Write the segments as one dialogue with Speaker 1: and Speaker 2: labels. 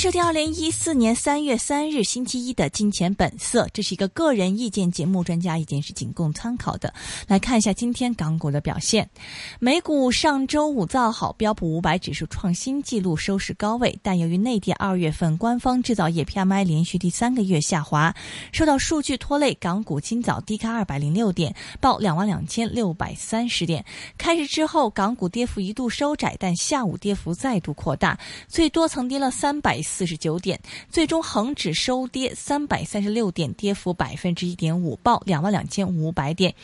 Speaker 1: 收听二零一四年三月三日星期一的《金钱本色》，这是一个个人意见节目，专家意见是仅供参考的。来看一下今天港股的表现，美股上周五造好，标普五百指数创新纪录收市高位，但由于内地二月份官方制造业 PMI 连续第三个月下滑，受到数据拖累，港股今早低开二百零六点，报两万两千六百三十点。开市之后，港股跌幅一度收窄，但下午跌幅再度扩大，最多曾跌了三百。四十九点，最终恒指收跌三百三十六点，跌幅百分之一点五，报两万两千五百点。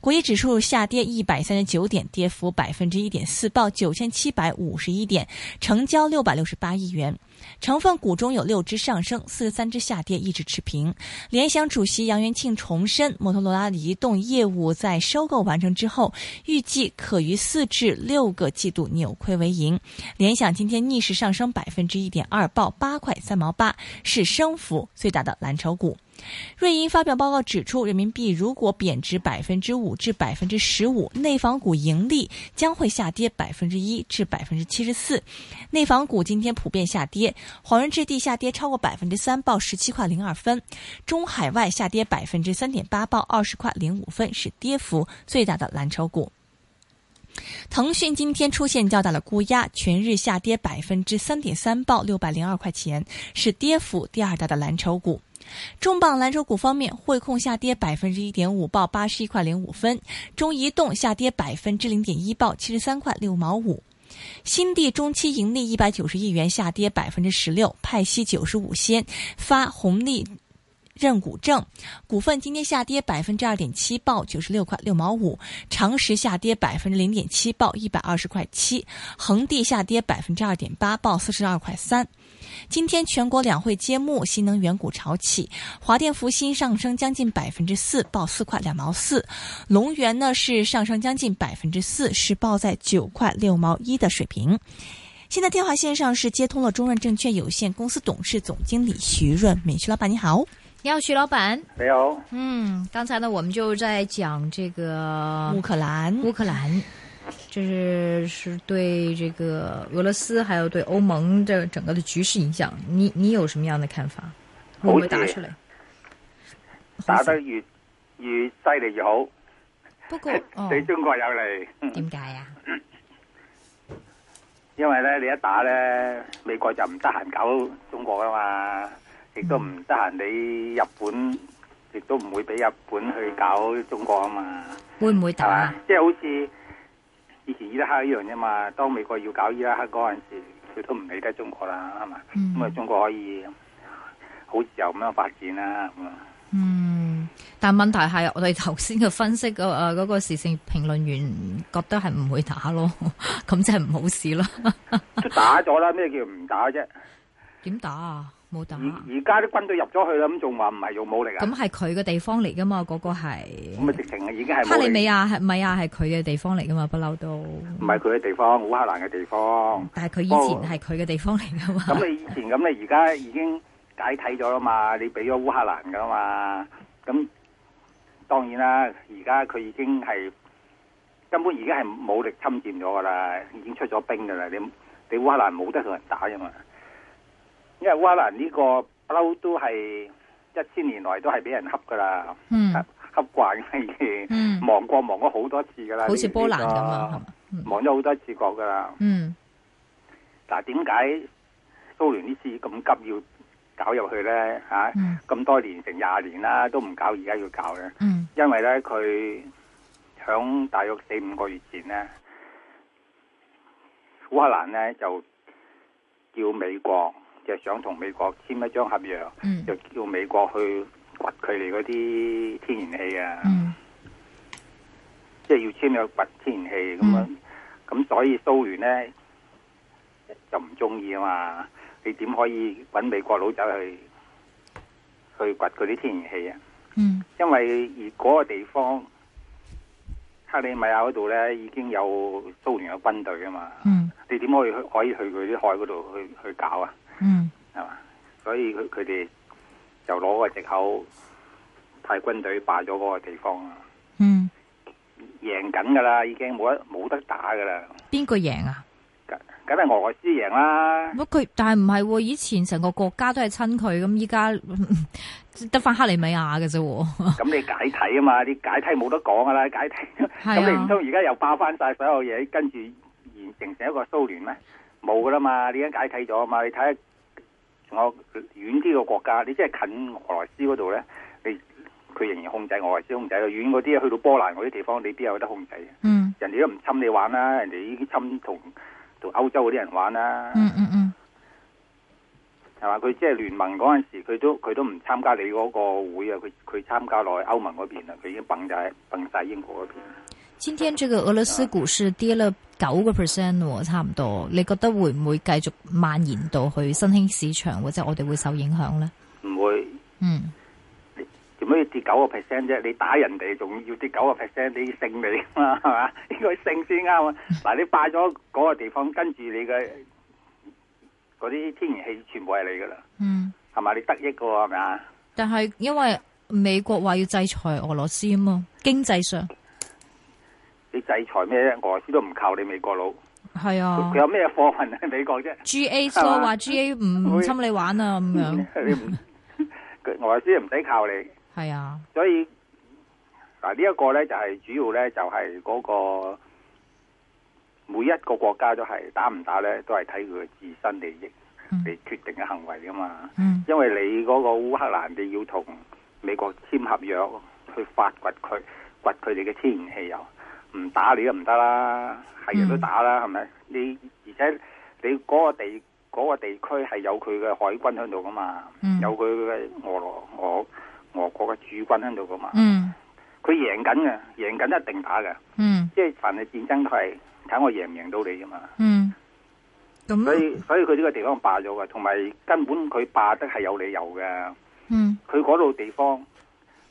Speaker 1: 国际指数下跌一百三十九点，跌幅百分之一点四，报九千七百五十一点，成交六百六十八亿元。成分股中有六只上升，四十三只下跌，一只持平。联想主席杨元庆重申，摩托罗拉的移动业务在收购完成之后，预计可于四至六个季度扭亏为盈。联想今天逆势上升百分之一点二，报八块三毛八，是升幅最大的蓝筹股。瑞银发表报告指出，人民币如果贬值百分之五至百分之十五，内房股盈利将会下跌百分之一至百分之七十四。内房股今天普遍下跌，华润置地下跌超过百分之三，报十七块零二分；中海外下跌百分之三点八，报二十块零五分，是跌幅最大的蓝筹股。腾讯今天出现较大的沽压，全日下跌百分之三点三，报六百零二块钱，是跌幅第二大的蓝筹股。重磅蓝筹股方面，汇控下跌百分之一点五，报八十一块零五分；中移动下跌百分之零点一，报七十三块六毛五。新地中期盈利一百九十亿元，下跌百分之十六，派息九十五仙，发红利认股证。股份今天下跌百分之二点七，报九十六块六毛五；长实下跌百分之零点七，报一百二十块七；恒地下跌百分之二点八，报四十二块三。今天全国两会揭幕，新能源股潮起，华电福新上升将近百分之四，报四块两毛四；龙源呢是上升将近百分之四，是报在九块六毛一的水平。现在电话线上是接通了中润证券有限公司董事总经理徐润敏，徐老板你好。
Speaker 2: 你好，徐老板。
Speaker 3: 你好。
Speaker 2: 嗯，刚才呢，我们就在讲这个
Speaker 1: 乌克兰，
Speaker 2: 乌克兰。就是是对这个俄罗斯还有对欧盟这整个的局势影响，你你有什么样的看法？会不会打出来？
Speaker 3: 打得越越犀利越好。
Speaker 2: 不過、哦、
Speaker 3: 對中國有利。
Speaker 2: 點解啊？
Speaker 3: 因為咧，你一打咧，美國就唔得閒搞中國噶嘛，亦都
Speaker 2: 嗯
Speaker 3: 唔得閒你日本，亦都唔會俾日本去搞中國啊嘛。
Speaker 2: 會唔會打啊？
Speaker 3: 即係好似。以前伊拉克一樣啫嘛，當美國要搞伊拉克嗰陣時，佢都唔理得中國啦，係嘛？咁啊、嗯，中國可以好自由咁樣發展啦， 咁啊。
Speaker 2: 嗯，但問題係我哋頭先嘅分析個誒嗰個時事評論員覺得係唔會打咯， 咁即係唔好事啦。
Speaker 3: 都打咗啦，咩叫唔打啫？
Speaker 2: 點打啊？冇打。
Speaker 3: 而家啲軍隊入咗去啦，咁仲話唔係用武力啊？
Speaker 2: 咁係佢嘅地方嚟噶嘛？嗰、嗰個係。
Speaker 3: 咁啊，直情已經係。
Speaker 2: 克里米亞係米亞係佢嘅地方嚟噶嘛？不嬲都。
Speaker 3: 唔係佢嘅地方，烏克蘭嘅地方。
Speaker 2: 但係佢以前係佢嘅地方嚟噶嘛？
Speaker 3: 哦 咁你以前咁，你而家已經解體咗啦嘛？你俾咗烏克蘭噶嘛？咁當然啦，而家佢已經係根本已經係武力侵佔咗噶啦，已經出咗兵噶啦。你你烏克蘭冇得同人打噶嘛？因為烏克蘭呢個不嬲都係一千年來都係俾人恰噶啦，
Speaker 2: 嗯
Speaker 3: 恰慣嘅，亡國亡咗好多次噶啦，
Speaker 2: 好似波蘭咁啊，
Speaker 3: 亡咗好多次國噶啦。
Speaker 2: 嗯，
Speaker 3: 但係點解蘇聯呢次咁急要搞入去咧？嚇，咁多年成廿年啦，都唔搞，而家要搞咧。
Speaker 2: 嗯，
Speaker 3: 因為咧佢響大約四五個月前咧，烏克蘭咧就叫美國。就想同美國簽一張合約，
Speaker 2: 嗯、
Speaker 3: 就叫美國去掘佢哋嗰啲天然氣啊，
Speaker 2: 嗯、
Speaker 3: 即係要簽約掘天然氣咁樣。咁、嗯、所以蘇聯咧就唔中意啊嘛，你點可以揾美國佬走去去掘佢啲天然氣啊？
Speaker 2: 嗯、
Speaker 3: 因為而嗰個地方克里米亞嗰度咧已經有蘇聯嘅軍隊啊嘛，
Speaker 2: 嗯、
Speaker 3: 你點可以去可以去佢啲海嗰度去去搞啊？
Speaker 2: 嗯，
Speaker 3: 係嘛？所以佢佢哋就攞個藉口派軍隊霸咗嗰個地方啊！
Speaker 2: 嗯，
Speaker 3: 贏緊噶啦，已經冇得冇得打噶啦。
Speaker 2: 邊個贏啊？
Speaker 3: 梗係俄羅斯贏啦。
Speaker 2: 不過佢但係唔係喎，以前成個國家都係親佢，咁依家 得翻克里米亞嘅啫喎。
Speaker 3: 咁你解體啊嘛，你解體冇得講噶啦，解體。
Speaker 2: 係
Speaker 3: 咁你唔
Speaker 2: 啊，
Speaker 3: 通而家又爆翻晒所有嘢，跟住形形成一個蘇聯咩？冇噶啦嘛，你已經解體咗啊嘛，你睇下仲有遠啲嘅國家，你即係近俄羅斯嗰度咧，你佢仍然控制俄羅斯控制到遠嗰啲，去到波蘭嗰啲地方，你邊有得控制啊？
Speaker 2: 嗯
Speaker 3: 人哋都唔侵你玩啦，人哋已經侵同同歐洲嗰啲人玩啦，
Speaker 2: 嗯嗯嗯，
Speaker 3: 係嘛、佢即係聯盟嗰陣時，佢都佢都唔參加你嗰個會啊，佢佢參加落去歐盟嗰邊啊啦，佢已經掹晒掹晒英國嗰邊。
Speaker 2: 今天這個俄羅斯股市跌了九個 percent 喎，差唔多。你覺得會唔會繼續蔓延到去新興市場，或者我哋會受影響呢？
Speaker 3: 唔會
Speaker 2: 嗯，
Speaker 3: 做咩要跌九個 percent 啫？你打人哋仲要跌九個 percent，你勝你啊嘛， 係嘛？應該勝先啱啊！嗱，你霸咗嗰個地方，跟住你嘅嗰啲天然氣全部係你噶啦，
Speaker 2: 嗯，
Speaker 3: 係嘛？你得益噶喎，係咪啊？
Speaker 2: 但係因為美國話要制裁俄羅斯啊嘛，經濟上
Speaker 3: 你制裁咩啫？俄羅斯都唔靠你美國佬，
Speaker 2: 係
Speaker 3: 佢
Speaker 2: 啊
Speaker 3: 佢有咩貨運喺美國啫？
Speaker 2: ，G A
Speaker 3: 係
Speaker 2: 咯
Speaker 3: 嘛
Speaker 2: 話 G A 唔侵你玩啊咁樣，
Speaker 3: 你唔佢俄羅斯唔使靠你。
Speaker 2: 係啊，
Speaker 3: 所以嗱呢一個呢，就係、主要呢，就係、嗰個每一個國家都係打唔打呢，都係睇佢嘅自身利益
Speaker 2: 嗯
Speaker 3: 嚟決定嘅行為噶嘛。
Speaker 2: 嗯
Speaker 3: 因為你嗰個烏克蘭你要同美國簽合約去發掘佢掘佢哋嘅天然汽油，唔打你都唔得啦，係人都打啦，係咪？你而且你嗰個地嗰、個地區係有佢嘅海軍喺度噶嘛，
Speaker 2: 嗯
Speaker 3: 有佢嘅俄羅俄俄國嘅駐軍喺度噶嘛，
Speaker 2: 嗯
Speaker 3: 佢贏緊嘅，贏緊一定打嘅，
Speaker 2: 嗯
Speaker 3: 即係凡係戰爭都係睇我贏唔贏到你噶嘛。
Speaker 2: 嗯，咁
Speaker 3: 所以所以佢呢個地方霸咗嘅，同埋根本佢霸得係有理由嘅。
Speaker 2: 嗯
Speaker 3: 佢嗰度地方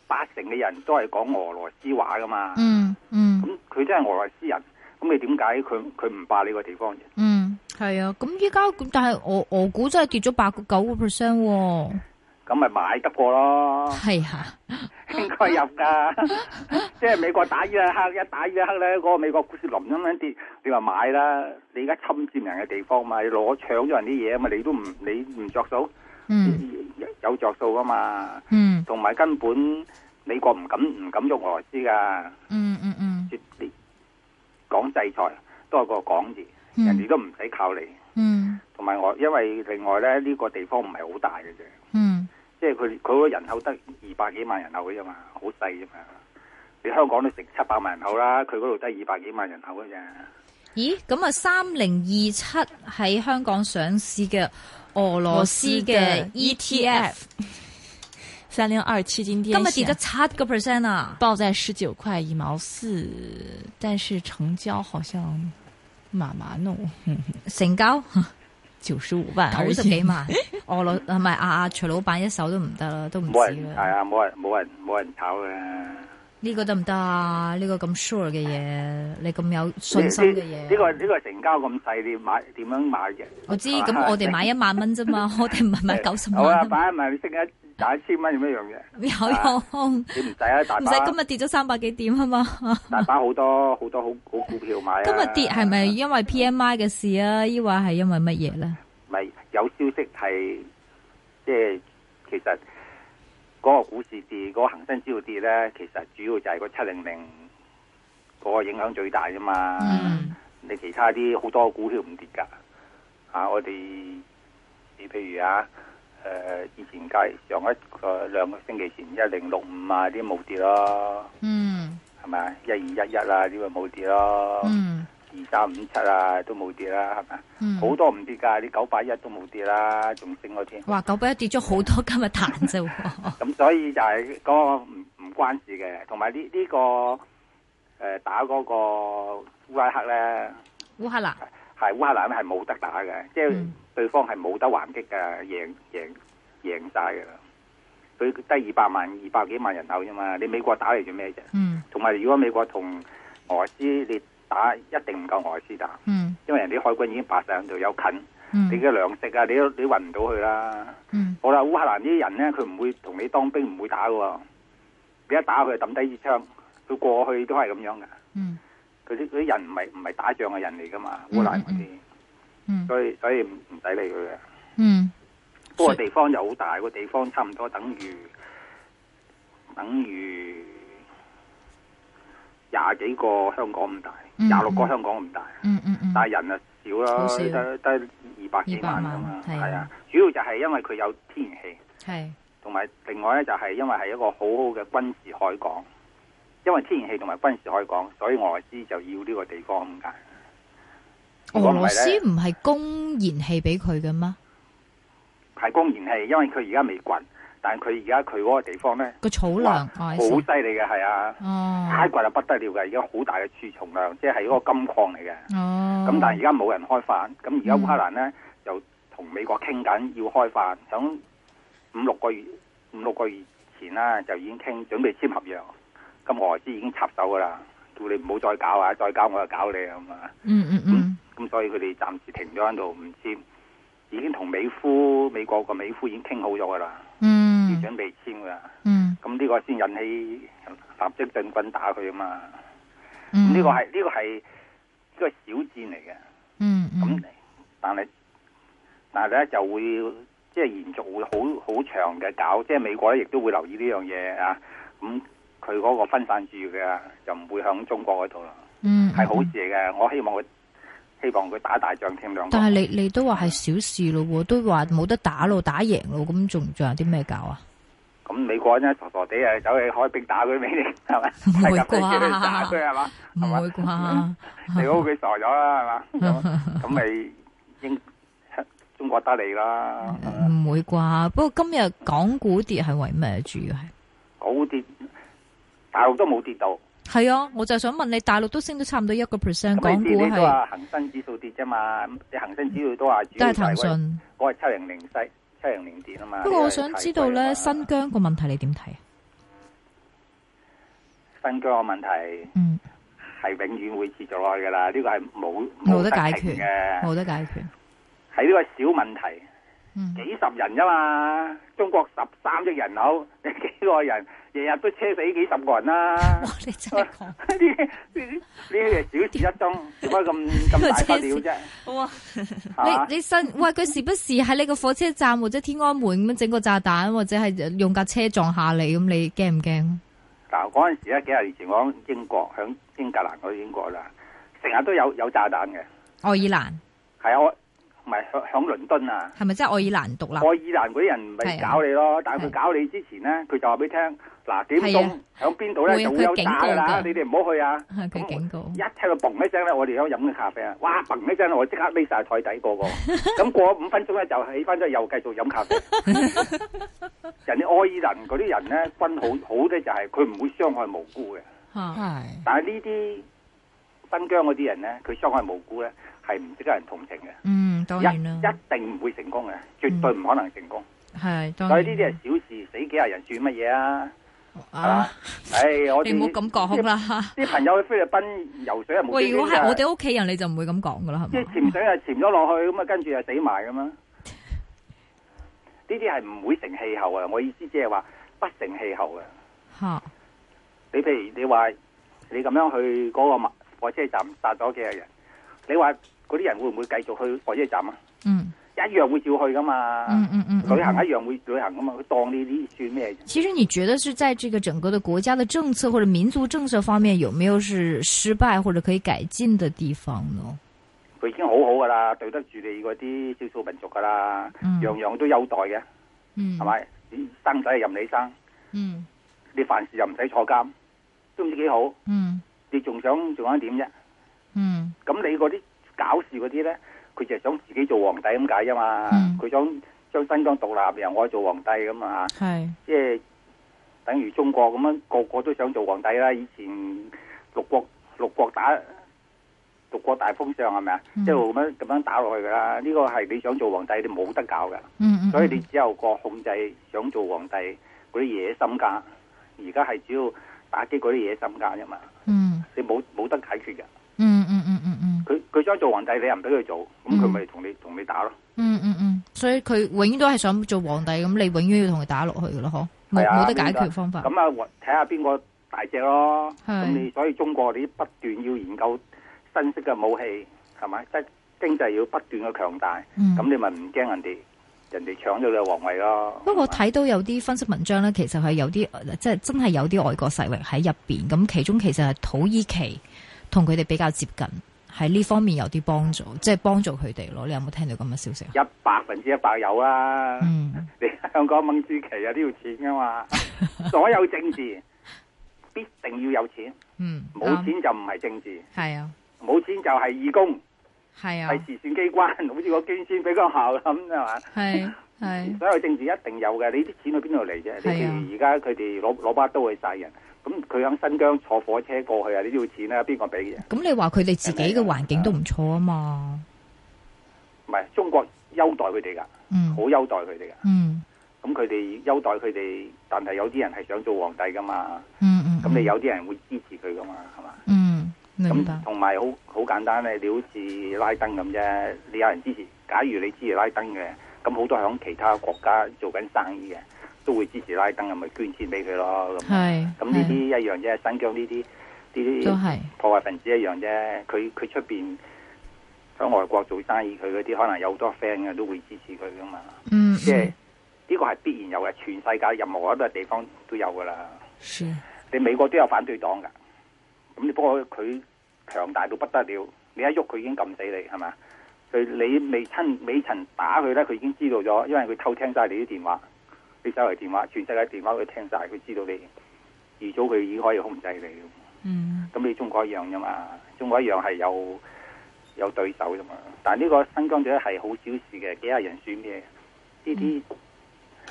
Speaker 3: 八成嘅人都係講俄羅斯話噶嘛，
Speaker 2: 嗯嗯。
Speaker 3: 咁佢真係俄羅斯人，咁你點解佢佢唔霸呢個地方啫？
Speaker 2: 嗯，係啊，咁依家但係我我估真係跌咗八個九個 percent 喎，
Speaker 3: 咁咪買得過咯，
Speaker 2: 係啊，
Speaker 3: 應該入噶。 即係美國打伊拉克，一打伊拉克咧，嗰、個美國股市林咁樣跌，你話買啦？你而家侵佔人嘅地方嘛，你攞搶咗人啲嘢啊嘛，你都唔你唔着數，
Speaker 2: 嗯
Speaker 3: 有有着數噶嘛？
Speaker 2: 嗯
Speaker 3: 同埋根本美國唔敢唔敢喐俄羅斯噶，
Speaker 2: 嗯嗯嗯
Speaker 3: 絕你講制裁都係個講字。人哋
Speaker 2: 嗯
Speaker 3: 都唔使靠你。
Speaker 2: 嗯
Speaker 3: 同埋我，因為另外咧，呢、呢個地方唔係好大嘅啫，
Speaker 2: 嗯
Speaker 3: 即係佢佢個人口得二百幾萬人口嘅啫嘛，好細啫嘛。你香港都成七百萬人口啦，佢嗰度得二百幾萬人口嘅啫。
Speaker 2: 咦，咁啊，三零二七喺香港上市嘅俄羅斯嘅
Speaker 1: E
Speaker 2: E
Speaker 3: E
Speaker 2: ETF，
Speaker 1: 三零二七今天
Speaker 2: 今日跌
Speaker 1: 显
Speaker 2: 咗七個 percent 啊，
Speaker 1: 报在十九块一毛四，但是成交好像麻麻弄，
Speaker 2: 成交
Speaker 1: 九十五万而
Speaker 2: 九
Speaker 1: 已，
Speaker 2: 十幾萬，俄羅係咪啊啊徐老闆一手都唔得啦，都唔
Speaker 3: 冇
Speaker 2: 止
Speaker 3: 人係
Speaker 2: 啦，
Speaker 3: 啊，冇人冇人冇人炒嘅。
Speaker 2: 呢個得唔得啊？呢個咁 sure 嘅嘢，你咁有信心嘅嘢，
Speaker 3: 呢、呢個呢、個成交咁細，你買點樣買嘅？
Speaker 2: 我知，咁我哋買一萬蚊啫嘛， 我哋唔係買九十
Speaker 3: 啊好啊，
Speaker 2: 萬，
Speaker 3: 擺埋你升一打一千蚊做咩用啫？
Speaker 2: 有用，
Speaker 3: 你唔使啊，大
Speaker 2: 唔使
Speaker 3: 把
Speaker 2: 今日跌咗三百幾點啊嘛，
Speaker 3: 大把好多好多好好股票買啊！
Speaker 2: 今日跌係咪因為 P M I 嘅事啊？抑或係因為乜嘢咧？
Speaker 3: 咪有消息係即係其實嗰個股市跌，嗰、個恒生指數跌咧，其實主要就係個七零零嗰個影響最大啫嘛。
Speaker 2: 嗯
Speaker 3: 你其他啲好多股票唔跌㗎，啊，我哋你譬如啊，誒、以前計上一個兩個星期前一零六五啊啲冇跌咯，
Speaker 2: 嗯
Speaker 3: 係咪啊？一二一一啊呢個冇跌咯，
Speaker 2: 嗯
Speaker 3: 二三五七啊都冇跌啦，係咪啊？
Speaker 2: 嗯，
Speaker 3: 好多唔跌㗎，啲九八一都冇跌啦，仲升咗添。
Speaker 2: 哇，九百一跌咗好多，今日彈啫喎，
Speaker 3: 咁所以就係嗰個唔唔關事嘅，同埋呢呢個誒、呃打嗰個烏拉克咧，
Speaker 2: 烏克蘭，
Speaker 3: 係烏克蘭係冇得打嘅，即係
Speaker 2: 嗯
Speaker 3: 對方係冇得還擊嘅，贏贏贏曬㗎啦。佢得二百萬、二百幾萬人口啫嘛，你美國打嚟做咩啫？
Speaker 2: 嗯
Speaker 3: 同埋如果美國同俄羅斯你打，一定唔夠俄羅斯打，
Speaker 2: 嗯
Speaker 3: 因為人哋海軍已經擺晒喺度，有近，你
Speaker 2: 嗯
Speaker 3: 嘅糧食啊，你都你運唔到去啦。
Speaker 2: 嗯
Speaker 3: 好啦，烏克蘭呢啲人咧，佢唔會同你當兵，唔會打嘅喎。你一打佢就抌低支槍，佢過去都係咁樣嘅。
Speaker 2: 嗯
Speaker 3: 佢啲佢啲人唔係唔係打仗嘅人嚟噶嘛，烏克蘭嗰啲。
Speaker 2: 嗯
Speaker 3: 所以所以唔唔使理佢嘅。
Speaker 2: 嗯
Speaker 3: 不過地方又好大，個地方差唔多等於等於廿幾個香港咁大，
Speaker 2: 嗯
Speaker 3: 廿六個香港咁大，
Speaker 2: 嗯嗯嗯，
Speaker 3: 但係人啊少
Speaker 2: 好
Speaker 3: 啦，
Speaker 2: 少
Speaker 3: 得得二百幾
Speaker 2: 200
Speaker 3: 萬㗎
Speaker 2: 萬
Speaker 3: 嘛，
Speaker 2: 係啊
Speaker 3: 係啊，主要就係因為佢有天然氣，
Speaker 2: 係
Speaker 3: 同埋另外咧就係因為係一個好好嘅軍事海港，因為天然氣同埋軍事海港，所以俄羅斯就要呢個地方咁解。如
Speaker 2: 俄
Speaker 3: 果唔
Speaker 2: 羅
Speaker 3: 係
Speaker 2: 斯
Speaker 3: 咧，
Speaker 2: 唔係供燃氣俾佢嘅咩？
Speaker 3: 係供燃氣，因為佢而家未掘，但係佢而家佢嗰個地方咧。
Speaker 2: 個草糧
Speaker 3: 哇
Speaker 2: 哦
Speaker 3: 好
Speaker 2: I
Speaker 3: 犀
Speaker 2: see
Speaker 3: 利嘅，係啊，
Speaker 2: 哦
Speaker 3: 拉掘就不得了嘅，而家好大嘅儲藏量，即係一個金礦嚟嘅。
Speaker 2: 哦，
Speaker 3: 咁但係而家冇人開發，咁而家
Speaker 2: 嗯
Speaker 3: 烏克蘭呢，就同美國傾緊要開發，響五六個月五六個月前啦，就已經傾準備簽合約。咁俄羅斯已經插手噶啦，叫你唔好再搞啊，再搞我就搞你啊咁啊。
Speaker 2: 嗯嗯嗯
Speaker 3: 咁所以佢哋暫時停咗喺度唔簽，已經同美孚美國個美孚已經傾好咗噶啦，要
Speaker 2: 嗯
Speaker 3: 準備簽噶啦。
Speaker 2: 嗯
Speaker 3: 咁呢個先引起立即進軍打佢啊嘛。咁
Speaker 2: 嗯，
Speaker 3: 呢個係呢個係呢個小戰嚟嘅。
Speaker 2: 嗯
Speaker 3: 咁
Speaker 2: 嗯
Speaker 3: 但係但係咧就會即係延續會好好長嘅搞，即係美國咧亦都會留意呢樣嘢啊。咁佢嗰個分散主義嘅就唔會響中國嗰度啦，
Speaker 2: 嗯
Speaker 3: 係好事嚟嘅。我希望佢希望佢打大仗添兩個。
Speaker 2: 但係你你都話係小事咯喎，都話冇得打咯，打贏咯，咁仲仲有啲咩搞啊？
Speaker 3: 咁美國咧傻傻地啊，走去開兵打佢俾你 係咪？
Speaker 2: 唔會啩
Speaker 3: 係咁你打佢 係嘛？
Speaker 2: 唔
Speaker 3: 係嘛
Speaker 2: 會啩？
Speaker 3: 你好，佢傻 咗啦，係嘛？咁咁咪英中國得你啦，
Speaker 2: 唔會啩？不過今日港股跌係為咩？主要係
Speaker 3: 好跌，大陸都冇跌到，
Speaker 2: 係啊，我就想問你，大陸都升咗差唔多一個 percent，
Speaker 3: 咁
Speaker 2: 港
Speaker 3: 你
Speaker 2: 股
Speaker 3: 跌你都
Speaker 2: 係，
Speaker 3: 話恒生指數跌啫嘛，你恒生指數都話主
Speaker 2: 都
Speaker 3: 要
Speaker 2: 係
Speaker 3: 就係
Speaker 2: 騰訊。
Speaker 3: 嗰個七零零西七零零跌啊嘛。
Speaker 2: 不過我想知道
Speaker 3: 因為
Speaker 2: 咧，
Speaker 3: 太貴啊嘛
Speaker 2: 新疆個問題你點睇？啊
Speaker 3: 新疆嘅問題
Speaker 2: 嗯，
Speaker 3: 係永遠會持續落去㗎啦，呢個係冇
Speaker 2: 冇得解
Speaker 3: 停
Speaker 2: 決
Speaker 3: 嘅，
Speaker 2: 冇得解 決。
Speaker 3: 係呢個小問題。
Speaker 2: 嗯
Speaker 3: 幾十人啫嘛，中國十三億人口， 你幾個人日日都車死幾十個人啦、
Speaker 2: 哇！ 你真係講
Speaker 3: 呢啲呢啲呢啲係小事一 宗，點解咁咁大不了啫？
Speaker 1: 哇！
Speaker 3: 係嘛
Speaker 2: 你你新喂佢時不時喺你個火車站或者天安門咁樣整個炸彈，或者係用架車撞下你，咁你驚唔驚？
Speaker 3: 嗱嗰陣時咧，幾廿年前我講英國，響英格蘭嗰啲英國啦，成日都有有炸彈嘅，
Speaker 2: 愛爾蘭
Speaker 3: 係啊，我唔係響響倫敦啊，
Speaker 2: 係咪真係愛爾蘭獨
Speaker 3: 愛
Speaker 2: 立？
Speaker 3: 爾蘭嗰啲人咪
Speaker 2: 係啊
Speaker 3: 搞你咯，但係
Speaker 2: 係
Speaker 3: 佢搞你之前咧，佢就話俾你聽，嗱幾點
Speaker 2: 係
Speaker 3: 鐘
Speaker 2: 啊
Speaker 3: 響邊度咧
Speaker 2: 會
Speaker 3: 就會有
Speaker 2: 佢警
Speaker 3: 炸㗎
Speaker 2: 告
Speaker 3: 啦，
Speaker 2: 㗎
Speaker 3: 你哋唔好去啊！
Speaker 2: 係佢警告
Speaker 3: 一。聽到嘣一聲咧，我哋喺度飲緊咖啡啊！哇，嘣一聲咧，我即刻匿晒台 底個個。咁過咗五分鐘咧，就起翻咗又繼續飲咖啡。人哋愛爾蘭嗰啲人咧，軍好好咧，就係佢唔會傷害無辜嘅。
Speaker 2: 嚇
Speaker 1: 係
Speaker 3: 但係呢啲新疆嗰啲人咧，佢傷害無辜咧，係唔值得人同情嘅。
Speaker 2: 嗯，當然
Speaker 3: 一
Speaker 2: 啦，
Speaker 3: 一定唔會成功嘅，絕對唔可能成功。
Speaker 2: 係當
Speaker 3: 所
Speaker 2: 然。
Speaker 3: 以呢啲係小事，死幾廿人算乜嘢啊？係嘛
Speaker 2: 啊，？
Speaker 3: 唉，我
Speaker 2: 你
Speaker 3: 哋
Speaker 2: 唔好咁講啦。
Speaker 3: 啲朋友去菲律賓游水係冇
Speaker 2: 喂，如果
Speaker 3: 經驗
Speaker 2: 係
Speaker 3: 㗎
Speaker 2: 我哋屋企人，你就唔會咁講噶啦，
Speaker 3: 即
Speaker 2: 係
Speaker 3: 係
Speaker 2: 嘛？
Speaker 3: 潛水啊，潛咗落去，咁啊跟住啊死埋咁樣。呢啲係唔會成氣候啊！我意思即係話不成氣候啊！
Speaker 2: 嚇，
Speaker 3: 你譬如你話你咁樣去嗰個馬火車站殺咗幾個人，你話嗰啲人會唔會繼續去火車站啊？
Speaker 2: 嗯
Speaker 3: 一樣會照去噶嘛，
Speaker 2: 嗯嗯嗯。嗯
Speaker 3: 旅啊行一樣會旅行噶嘛，佢當呢啲算咩？
Speaker 2: 其实你觉得是在这个整个的国家的政策或者民族政策方面，有没有是失败或者可以改进的地方呢？
Speaker 3: 佢已經好好噶啦，對得住你嗰啲少數民族噶啦，
Speaker 2: 嗯
Speaker 3: 樣樣都優待嘅，
Speaker 2: 嗯
Speaker 3: 係？咪？生仔任你生，
Speaker 2: 嗯
Speaker 3: 你犯事又唔使坐監，都唔知幾好。
Speaker 2: 嗯
Speaker 3: 你仲想仲想點啫？
Speaker 2: 嗯
Speaker 3: 咁你嗰啲搞事嗰啲咧，佢就係想自己做皇帝咁解啫嘛
Speaker 2: 嗯。
Speaker 3: 佢、想將新疆獨立，由我做皇帝咁啊，
Speaker 2: 系
Speaker 3: 即係等於中國咁樣，個個都想做皇帝啦。以前六國六國打六國大風尚係咪啊？
Speaker 2: 嗯
Speaker 3: 一路咁樣咁樣打落去㗎啦。呢、個係你想做皇帝，你冇得搞㗎。
Speaker 2: 嗯嗯，
Speaker 3: 所以你只有個控制想做皇帝嗰啲野心家，而家係主要打擊嗰啲野心家啫嘛。
Speaker 2: 嗯
Speaker 3: 你冇冇得解決㗎。
Speaker 2: 嗯嗯嗯嗯嗯
Speaker 3: 佢佢想做皇帝，你又唔俾佢做，咁佢咪同你同你打咯。
Speaker 2: 嗯嗯嗯，所以佢永远都系想做皇帝，咁你永远要同佢打落去噶咯，嗬？冇
Speaker 3: 係啊
Speaker 2: 冇得解决方法
Speaker 3: 咁。啊，或睇下邊個大隻咯。
Speaker 2: 係
Speaker 3: 咁你所以中國你不斷要研究新式嘅武器，係咪？即係經濟要不斷嘅強大，咁、
Speaker 2: 嗯
Speaker 3: 你咪唔驚人哋人哋搶咗你嘅皇位咯。
Speaker 2: 不過睇到有啲分析文章咧，其實係有啲即係真係有啲外國勢力喺入邊，咁其中其實係土耳其同佢哋比較接近，喺呢方面有啲幫助，即係幫助佢哋咯。你有冇聽到咁嘅消息啊？
Speaker 3: 一百分之一百有啦、
Speaker 2: 嗯，
Speaker 3: 你香港掹支旗啊都要錢噶 嘛，所有政治必定要有錢，
Speaker 2: 嗯，
Speaker 3: 冇錢就唔係政治，
Speaker 2: 啱係啊，
Speaker 3: 冇錢就係義工，
Speaker 2: 係啊
Speaker 3: 係，慈善機關，好 似我捐錢俾個校咁係嘛。
Speaker 2: 係係
Speaker 3: 所有政治一定有嘅，你啲錢去邊度嚟啫？你
Speaker 2: 係啊
Speaker 3: 譬如而家佢哋攞攞把刀去殺人，咁佢喺新疆坐火車過去啊，你都要錢啦，邊個俾嘅？
Speaker 2: 咁你話佢哋自己嘅環境都唔錯啊嘛，
Speaker 3: 唔係中國優待佢哋㗎，
Speaker 2: 嗯
Speaker 3: 好優待佢哋㗎。
Speaker 2: 嗯
Speaker 3: 咁佢哋優待佢哋，但係有啲人係想做皇帝㗎嘛，
Speaker 2: 嗯嗯，
Speaker 3: 咁你有啲人會支持佢㗎嘛，係嘛？
Speaker 2: 嗯明白
Speaker 3: 咁，同埋好好簡單咧，你好似拉登咁啫，你有人支持，假如你支持拉登嘅，咁好多喺其他國家做緊生意嘅，都會支持拉登，咁咪捐錢俾佢咯。咁
Speaker 2: 係
Speaker 3: 咁呢啲
Speaker 2: 係
Speaker 3: 一樣啫，新疆呢啲呢
Speaker 2: 都
Speaker 3: 啲
Speaker 2: 係
Speaker 3: 破壞分子一樣啫，佢佢出邊喺外國做生意，佢嗰啲可能有好多 friend 嘅都會支持佢噶嘛，
Speaker 2: 嗯
Speaker 3: 即係
Speaker 2: 嗯
Speaker 3: 呢個係必然有嘅，全世界任何一個地方都有噶啦。
Speaker 2: 是
Speaker 3: 你美國都有反對黨噶，咁你不過佢強大到不得了，你一喐佢已經撳死你係嘛？佢你未親未曾打佢咧，佢已經知道咗，因為佢偷聽晒你啲電話，你手提電話，全世界電話佢聽晒，佢知道你，預早佢已經可以控制你。
Speaker 1: 嗯
Speaker 3: 咁你中國一樣啫嘛，中國一樣係有有對手啫嘛。但呢個新疆隊係好小事嘅，幾廿人選嘅，呢啲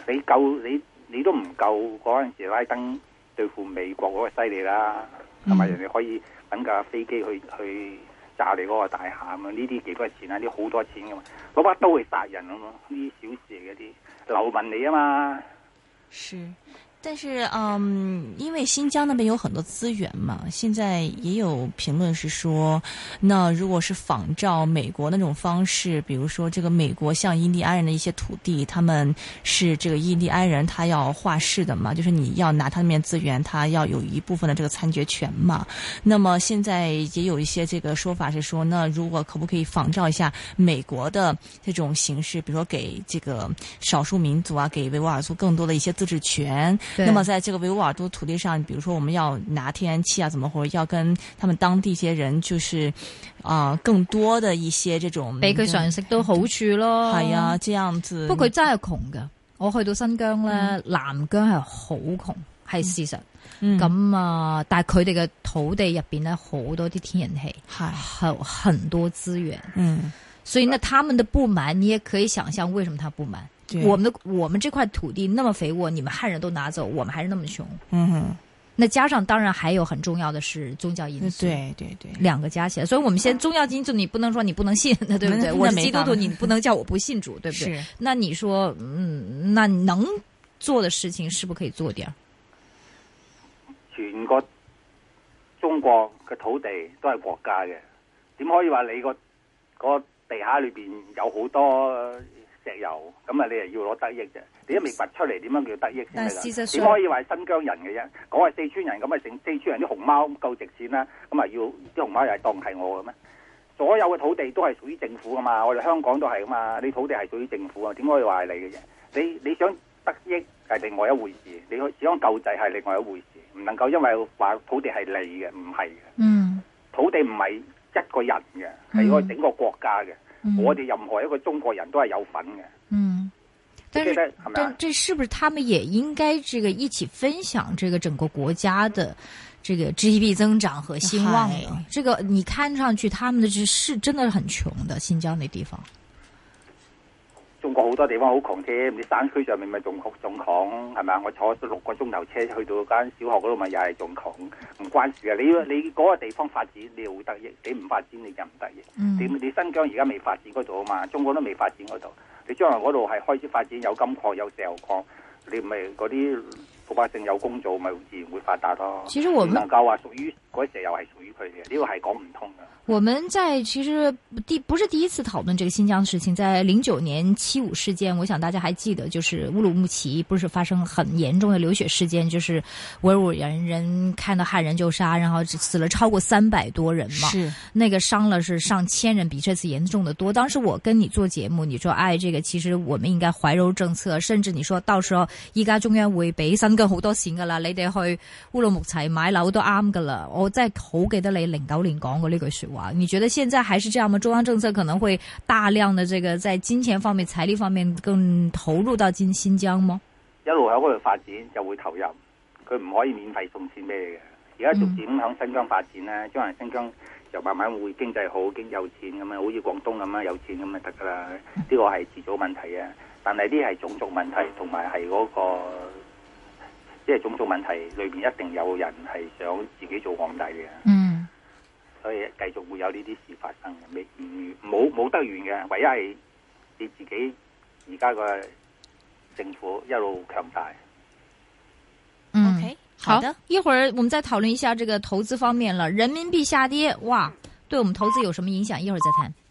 Speaker 3: 你夠你你都唔夠嗰陣時拉登對付美國嗰個犀利啦，同埋
Speaker 2: 嗯
Speaker 3: 人哋可以揾架飛機去去炸你嗰個大廈咁樣，呢啲幾多錢啊？呢好多錢噶嘛，攞把刀去殺人啊嘛，呢啲小事嚟嘅啲流民嚟啊嘛。
Speaker 1: 是，但是嗯，因为新疆那边有很多资源嘛，现在也有评论是说，那如果是仿照美国那种方式，比如说这个美国像印第安人的一些土地，他们是这个印第安人他要划市的嘛，就是你要拿他那边资源，他要有一部分的这个参决权嘛。那么现在也有一些这个说法是说，那如果可不可以仿照一下美国的这种形式，比如说给这个少数民族啊，给维吾尔族更多的一些自治权。
Speaker 2: 对
Speaker 1: 那么在这个维吾尔族土地上，比如说我们要拿天然气啊，怎么或者要跟他们当地一些人，就是啊、呃更多的一些这种
Speaker 2: 俾佢常識都好處咯，
Speaker 1: 海啊这样子。
Speaker 2: 不過佢真係窮㗎，我去到新疆咧，南疆係好窮，係事實。
Speaker 1: 嗯
Speaker 2: 咁啊、但係佢哋嘅土地入邊咧，好多啲天然氣，
Speaker 1: 嗨，
Speaker 2: 还有很多資源，
Speaker 1: 嗯，
Speaker 2: 所以呢，他们的不满，你也可以想象为什麼他不满。
Speaker 1: 对，
Speaker 2: 我们的我们这块土地那么肥沃，你们汉人都拿走，我们还是那么穷。
Speaker 1: 嗯哼，
Speaker 2: 那加上当然还有很重要的是宗教因素，，
Speaker 1: 对对对，
Speaker 2: 两个加起来，所以我们现在宗教因素你不能说你不能信，对不对？
Speaker 1: 嗯那
Speaker 2: 我是
Speaker 1: 没
Speaker 2: 基督
Speaker 1: 办法
Speaker 2: 徒，你不能叫我不信主，对不对？
Speaker 1: 是
Speaker 2: 那你说，嗯，那能做的事情是不是可以做点儿？
Speaker 3: 全個中國嘅土地都係國家嘅，點可以話你個個地下裏邊有好多石油，咁啊你係要攞得益啫？你都未掘出嚟，點樣叫得益先
Speaker 2: 但係
Speaker 3: 得㗎？
Speaker 2: 事實上
Speaker 3: 點可以話係新疆人嘅啫？我係四川人，咁啊成四川人啲熊貓夠值錢啦，咁啊要啲熊貓又係當係我嘅咩？所有嘅土地都係屬於政府噶嘛，我哋香港都係噶嘛，你土地係屬於政府啊，點可以話係你嘅啫？你你想得益係另外一回事，你去想救濟係另外一回事，唔能夠因為話土地係你嘅，唔係嘅，
Speaker 2: 嗯，
Speaker 3: 土地唔係一個人嘅，係個整個國家嘅，我哋任何一個中國人都係有份嘅，
Speaker 2: 嗯，但
Speaker 3: 即
Speaker 2: 是。
Speaker 3: 係係咪
Speaker 2: 但
Speaker 3: 啊？
Speaker 2: 这是不是他们也应该这个一起分享这个整个国家的这个 GDP 增长和兴旺呢
Speaker 1: 嗨？
Speaker 2: 这个你看上去他们的是是真的很穷的，新疆那地方。
Speaker 3: 中國好多地方好窮添，你山區上面咪仲窮仲窮係咪啊？我坐六個鐘頭車去到間小學嗰度咪又係仲窮，唔關事啊嘅。你要你嗰個地方發展你會得益，你唔發展你就唔得益。你
Speaker 2: 嗯
Speaker 3: 你新疆而家未發展嗰度啊嘛，中國都未發展嗰度，你將來嗰度係開始發展有金礦有石油礦，你咪嗰啲老百姓有工做，咪自然會發達咯。
Speaker 2: 其实我
Speaker 3: 唔
Speaker 2: 们
Speaker 3: 能夠話屬於嗰石油係屬於佢嘅，呢個係講唔通嘅。
Speaker 2: 我们在其实第不是第一次讨论这个新疆事情，在零九年七五事件，我想大家还记得，就是乌鲁木齐不是发生很严重的流血事件，就是维吾尔人看到汉人就杀，然后死了超过三百多人嘛。
Speaker 1: 是
Speaker 2: 那个伤了是上千人，比这次严重的多。当时我跟你做节目，你说哎，这个其实我们应该怀柔政策，甚至你说到時候依家中央會俾新疆好多錢噶啦，你哋去烏魯木齊買樓都啱噶啦。我真係好記得你零九年講過呢句说話。你覺得現在還是這樣嗎？中央政策可能會大量的這個在金錢方面、財力方面更投入到新新疆嗎？
Speaker 3: 一路喺嗰度發展就會投入，佢唔可以免費送錢俾你嘅。而家逐漸響新疆發展咧，將來新疆就慢慢會經濟好，經濟有錢咁樣，啊好似廣東咁樣有錢咁就得噶啦。呢個係遲早問題嘅，但係呢係種族問題同埋係嗰個。即係種族問題裏邊一定有人係想自己做皇帝嘅，
Speaker 2: 嗯
Speaker 3: 所以繼續會有呢啲事發生嘅，未唔冇冇得完嘅，唯一係你自己而家個政府一路強大。
Speaker 2: 嗯。
Speaker 1: ，OK，好
Speaker 2: 好
Speaker 1: 的，
Speaker 2: 一会儿我们再讨论一下这个投资方面了。人民币下跌，哇，对我们投资有什么影响？一会儿再谈。